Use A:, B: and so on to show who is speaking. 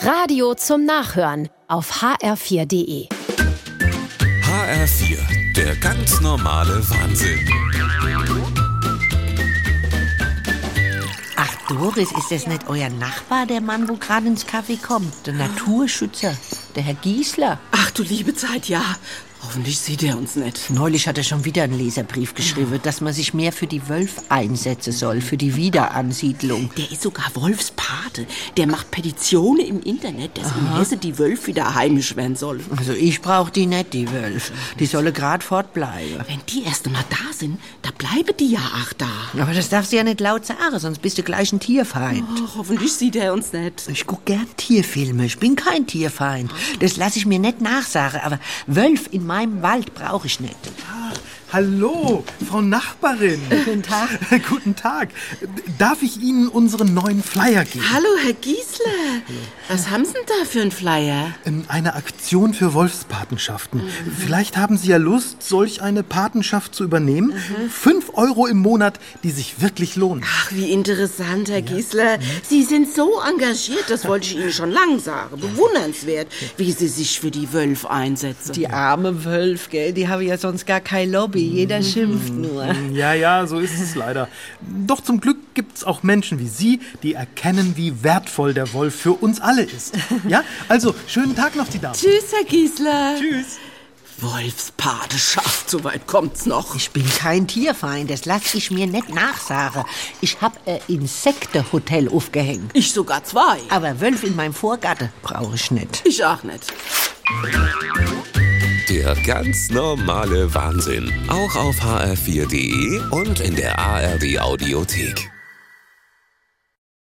A: Radio zum Nachhören auf hr4.de.
B: HR4, der ganz normale Wahnsinn.
C: Ach Doris, ist das nicht euer Nachbar, der Mann, wo gerade ins Café kommt? Der Naturschützer, der Herr Giesler.
D: Ach du liebe Zeit, ja. Hoffentlich sieht er uns nicht.
C: Neulich hat er schon wieder einen Leserbrief geschrieben, dass man sich mehr für die Wölfe einsetzen soll, für die Wiederansiedlung.
D: Der ist sogar Wolfspate. Der macht Petitionen im Internet, dass im Hesse die Wölfe wieder heimisch werden sollen.
C: Also ich brauche die nicht, die Wölfe. Die sollen grad fortbleiben.
D: Wenn die erst einmal da sind, da bleiben die ja auch da.
C: Aber das darfst du ja nicht laut sagen, sonst bist du gleich ein Tierfeind.
D: Ach, Oh, hoffentlich sieht er uns nicht.
C: Ich guck gern Tierfilme. Ich bin kein Tierfeind. Das lasse ich mir nicht nachsagen. Aber Wölf in meinem Wald brauche ich nicht.
E: Hallo, Frau Nachbarin.
C: Äh,
E: Äh,
C: Guten Tag.
E: Guten Tag. Darf ich Ihnen unseren neuen Flyer geben?
D: Hallo, Herr Giesler. Was haben Sie denn da für einen Flyer?
E: Ähm, Eine Aktion für Wolfspatenschaften.
C: Mhm.
E: Vielleicht haben Sie ja Lust, solch eine Patenschaft zu übernehmen.
C: Mhm.
E: Fünf Euro im Monat, die sich wirklich lohnen.
D: Ach, wie interessant, Herr Giesler. Sie sind so engagiert, das wollte ich Ihnen schon lang sagen. Bewundernswert, wie Sie sich für die Wölfe einsetzen.
F: Die arme Wölf, gell? Die habe ja sonst gar kein Lobby.
C: Mhm.
F: Jeder schimpft nur.
E: Ja, ja, so ist es leider. Doch zum Glück gibt's auch Menschen wie Sie, die erkennen, wie wertvoll der Wolf für uns alle ist. Ja, also schönen Tag noch, die Damen.
D: Tschüss, Herr Giesler.
E: Tschüss.
D: Wolfspatenschaft, so weit kommt's noch.
C: Ich bin kein Tierfeind, das lasse ich mir nicht nachsagen. Ich hab ein Insektenhotel aufgehängt.
D: Ich sogar zwei.
C: Aber Wölfe in meinem Vorgarten brauche ich nicht.
D: Ich auch nicht.
B: Der ganz normale Wahnsinn. Auch auf hr4.de und in der ARD Audiothek.